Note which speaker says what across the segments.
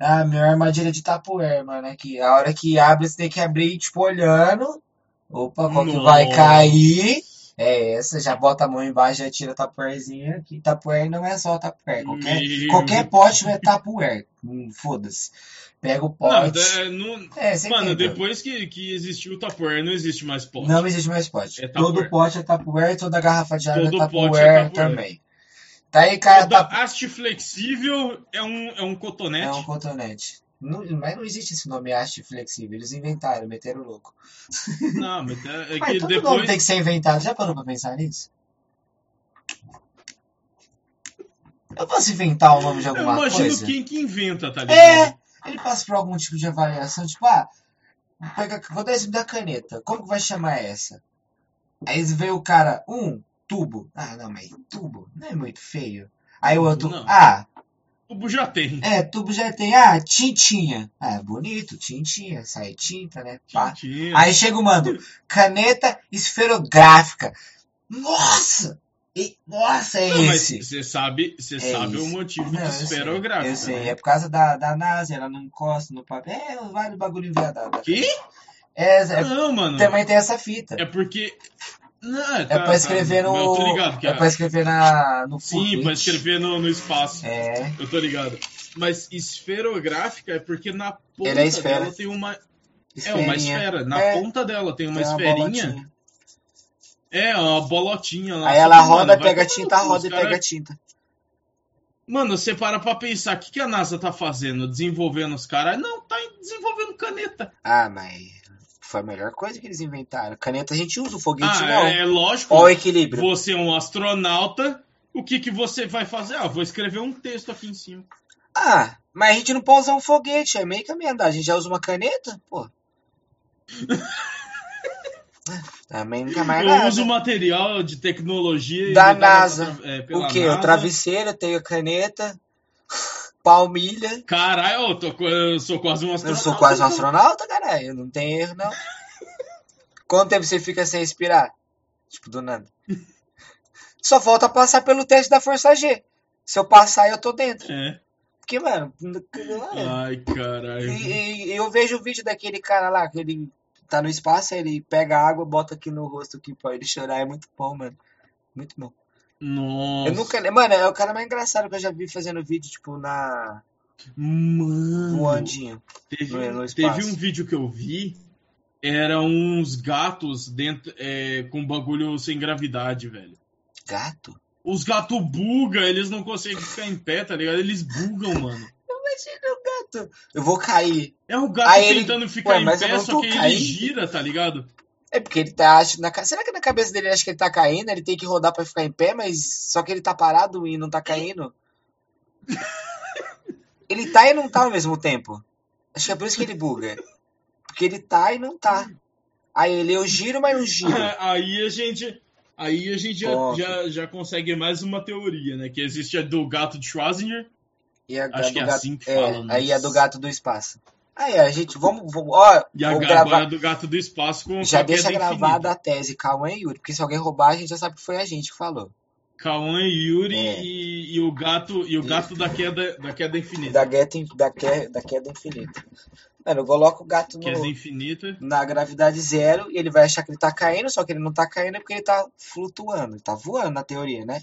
Speaker 1: Ah, melhor armadilha de Tupperware, mano, é que a hora que abre, você tem que abrir, tipo, olhando. Opa, qual que vai cair? É essa, já bota a mão embaixo, já tira a Tupperwarezinha. Que Tupperware não é só Tupperware. Qualquer, qualquer pote é Tupperware. Hum, Foda-se. Pega o
Speaker 2: Não,
Speaker 1: pote.
Speaker 2: da- não-
Speaker 1: É, você
Speaker 2: mano,
Speaker 1: entendeu.
Speaker 2: depois que, que existiu o Tupperware, não existe mais pote.
Speaker 1: Não existe mais pote.
Speaker 2: É
Speaker 1: Todo
Speaker 2: Tupperware.
Speaker 1: pote é Tupperware, toda garrafa de água
Speaker 2: Todo
Speaker 1: é
Speaker 2: pote é
Speaker 1: Tupperware
Speaker 2: Tupperware.
Speaker 1: também. Tá aí, cara,
Speaker 2: Toda
Speaker 1: Tupperware
Speaker 2: haste flexível é um, é um cotonete.
Speaker 1: é um cotonete. Não- mas não existe esse nome haste flexível. Eles inventaram, meteram louco.
Speaker 2: Não, mas é, é
Speaker 1: Mas
Speaker 2: que
Speaker 1: todo
Speaker 2: depois.
Speaker 1: nome tem que ser inventado. Já parou pra pensar nisso? Eu posso inventar o nome de
Speaker 2: Eu
Speaker 1: alguma
Speaker 2: imagino
Speaker 1: coisa?
Speaker 2: quem que inventa, tá ligado?
Speaker 1: É, ele passa por algum tipo de avaliação, tipo, ah, pega, vou dar esse da caneta, como que vai chamar essa? Aí vê o cara, um, tubo. Ah, não, mas tubo não é muito feio. Aí o outro,
Speaker 2: Não.
Speaker 1: ah,
Speaker 2: Tubo já tem.
Speaker 1: é, tubo já tem, ah, tintinha. Ah, é bonito, tintinha, sai tinta, né? Pá.
Speaker 2: Tintinha.
Speaker 1: Aí chega o mando, caneta esferográfica. Nossa! E- nossa, é
Speaker 2: Não, mas
Speaker 1: esse.
Speaker 2: você sabe, você
Speaker 1: É
Speaker 2: sabe
Speaker 1: esse.
Speaker 2: o motivo
Speaker 1: Não, eu
Speaker 2: de
Speaker 1: sei,
Speaker 2: esferográfico.
Speaker 1: Eu sei,
Speaker 2: né?
Speaker 1: é por causa da, da NASA, ela não encosta no papel. É, vários bagulho enviadado.
Speaker 2: Que?
Speaker 1: É, é-
Speaker 2: Não, mano.
Speaker 1: também tem essa fita.
Speaker 2: É porque. Não,
Speaker 1: É pra escrever
Speaker 2: Tá, eu tô
Speaker 1: no.
Speaker 2: ligado que
Speaker 1: É
Speaker 2: a-
Speaker 1: pra escrever na, no
Speaker 2: Sim,
Speaker 1: foguete.
Speaker 2: pra escrever no, no espaço.
Speaker 1: É,
Speaker 2: Eu tô ligado. Mas esferográfica é porque na ponta
Speaker 1: Ele é esfera.
Speaker 2: dela tem uma. É uma
Speaker 1: esferinha.
Speaker 2: esfera. Na
Speaker 1: É.
Speaker 2: ponta dela tem uma
Speaker 1: Tem uma
Speaker 2: esferinha.
Speaker 1: bolotinha.
Speaker 2: é, uma bolotinha lá.
Speaker 1: Aí
Speaker 2: Só
Speaker 1: ela
Speaker 2: que, mano,
Speaker 1: roda,
Speaker 2: vai
Speaker 1: pega
Speaker 2: tomar
Speaker 1: tinta,
Speaker 2: no cu,
Speaker 1: roda
Speaker 2: os
Speaker 1: e
Speaker 2: cara-
Speaker 1: pega tinta.
Speaker 2: Mano, você para pra pensar, o que, que a NASA tá fazendo? Desenvolvendo os caras? Não, tá desenvolvendo caneta.
Speaker 1: Ah, mas foi a melhor coisa que eles inventaram. Caneta a gente usa, o foguete
Speaker 2: Ah,
Speaker 1: não.
Speaker 2: é, é lógico.
Speaker 1: Olha o equilíbrio.
Speaker 2: Você é um astronauta, o que, que você vai fazer? Ah, vou escrever um texto aqui em cima.
Speaker 1: Ah, mas a gente não pode usar um foguete, é meio que a minha andar. A gente já usa uma caneta, pô. Também nunca mais
Speaker 2: Eu
Speaker 1: nada.
Speaker 2: uso material de tecnologia... e
Speaker 1: Da
Speaker 2: mandava pra
Speaker 1: NASA.
Speaker 2: tra- é, pela
Speaker 1: O quê? O
Speaker 2: NASA.
Speaker 1: travesseiro, eu tenho a caneta, palmilha.
Speaker 2: Caralho, eu, tô, co- eu sou quase um
Speaker 1: Eu
Speaker 2: astronauta.
Speaker 1: sou quase um astronauta, caralho. Não tem erro, não. Quanto tempo você fica sem respirar? Tipo, do nada. Só falta passar pelo teste da Força G. Se eu passar, eu tô dentro.
Speaker 2: É.
Speaker 1: Porque, mano.
Speaker 2: Ai, caralho.
Speaker 1: E, e- e eu vejo o vídeo daquele cara lá, que ele tá no espaço, aí ele pega a água, bota aqui no rosto aqui pra ele chorar. É muito bom, mano. Muito bom.
Speaker 2: Nossa.
Speaker 1: Eu nunca. Mano, é o cara mais engraçado que eu já vi fazendo vídeo, tipo, na.
Speaker 2: Mano...
Speaker 1: Voandinho.
Speaker 2: Teve,
Speaker 1: É, no- no
Speaker 2: teve
Speaker 1: espaço.
Speaker 2: um vídeo que eu vi, eram uns gatos dentro é, com bagulho sem gravidade, velho.
Speaker 1: Gato?
Speaker 2: Os gatos bugam, eles não conseguem ficar em pé, tá ligado? Eles bugam, mano.
Speaker 1: Imagina o gato. Eu vou cair.
Speaker 2: É o gato
Speaker 1: Aí ele-
Speaker 2: tentando ficar
Speaker 1: Ué,
Speaker 2: em
Speaker 1: mas eu
Speaker 2: pé,
Speaker 1: não
Speaker 2: só
Speaker 1: tô
Speaker 2: que ele
Speaker 1: caindo.
Speaker 2: gira, tá ligado?
Speaker 1: É porque ele tá. acho- Na, ca- será que na cabeça dele ele acha que ele tá caindo? Ele tem que rodar pra ficar em pé, mas só que ele tá parado e não tá caindo? Ele tá e não tá ao mesmo tempo. Acho que é por isso que ele buga. Porque ele tá e não tá. Aí ele, eu giro, mas não giro.
Speaker 2: Aí a gente. Aí a gente já,
Speaker 1: Top.
Speaker 2: já, já consegue mais uma teoria, né? Que existe a do gato de Schwarzenegger.
Speaker 1: E a, a
Speaker 2: Acho que
Speaker 1: do
Speaker 2: é
Speaker 1: gato,
Speaker 2: assim que
Speaker 1: é,
Speaker 2: fala. né?
Speaker 1: aí a do gato do espaço. Aí a gente, vamos, vamos ó,
Speaker 2: E a
Speaker 1: vou
Speaker 2: agora
Speaker 1: gravar.
Speaker 2: a do gato do espaço com
Speaker 1: Já
Speaker 2: com a
Speaker 1: deixa
Speaker 2: queda infinita.
Speaker 1: gravada a tese, Cauã e Yuri, porque se alguém roubar, a gente já sabe que foi a gente que falou.
Speaker 2: Cauã e Yuri
Speaker 1: É.
Speaker 2: e, e o gato e o gato da queda da queda infinita.
Speaker 1: Da, gueta, da, que, da queda infinita. Mano, eu coloco o gato no,
Speaker 2: Queda infinita.
Speaker 1: na gravidade zero e ele vai achar que ele tá caindo, só que ele não tá caindo é porque ele tá flutuando, ele tá voando na teoria, né?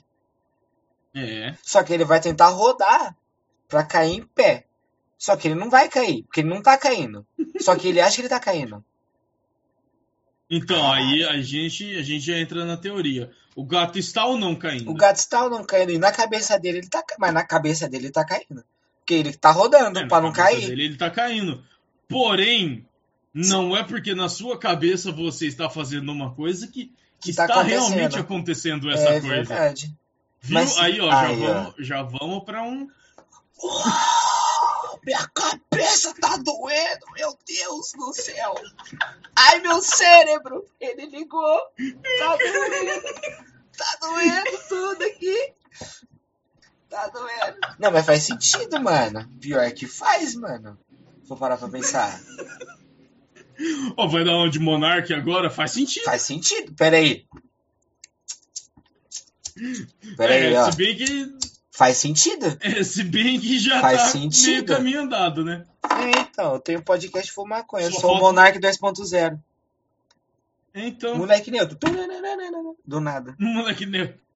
Speaker 2: É.
Speaker 1: Só que ele vai tentar rodar pra cair em pé. Só que ele não vai cair, porque ele não tá caindo. Só que ele acha que ele tá caindo.
Speaker 2: Então aí a gente a gente já entra na teoria. O gato está ou não caindo?
Speaker 1: O gato está ou não caindo, e na cabeça dele ele tá caindo, mas na cabeça dele ele tá caindo. Porque ele tá rodando
Speaker 2: É, na
Speaker 1: pra não
Speaker 2: cabeça
Speaker 1: cair.
Speaker 2: dele, ele tá caindo. Porém, não é porque na sua cabeça você está fazendo uma coisa que,
Speaker 1: Que tá
Speaker 2: está
Speaker 1: acontecendo.
Speaker 2: realmente acontecendo essa
Speaker 1: É
Speaker 2: coisa.
Speaker 1: verdade.
Speaker 2: Viu?
Speaker 1: Mas-
Speaker 2: aí, ó, já
Speaker 1: aí, ó.
Speaker 2: vamos, já vamos para um.
Speaker 1: Uau, minha cabeça tá doendo, meu Deus do céu. Ai, meu cérebro, ele ligou. Tá doendo. Tá doendo tudo aqui. Tá doendo. Não, mas faz sentido, mano. Pior que faz, mano. Vou parar pra pensar.
Speaker 2: Ó, vai dar uma de Monark agora? Faz sentido.
Speaker 1: Faz sentido. Pera aí. Pera
Speaker 2: É,
Speaker 1: aí, ó.
Speaker 2: se bem que
Speaker 1: Faz sentido.
Speaker 2: Se bem que já
Speaker 1: Faz
Speaker 2: tá
Speaker 1: sentido.
Speaker 2: meio caminho andado, né?
Speaker 1: É, então, eu tenho podcast Full Maconha. Eu
Speaker 2: Só
Speaker 1: sou o
Speaker 2: falta-
Speaker 1: Monark 2.0.
Speaker 2: Então,
Speaker 1: Moleque neutro. Do nada.
Speaker 2: moleque meu.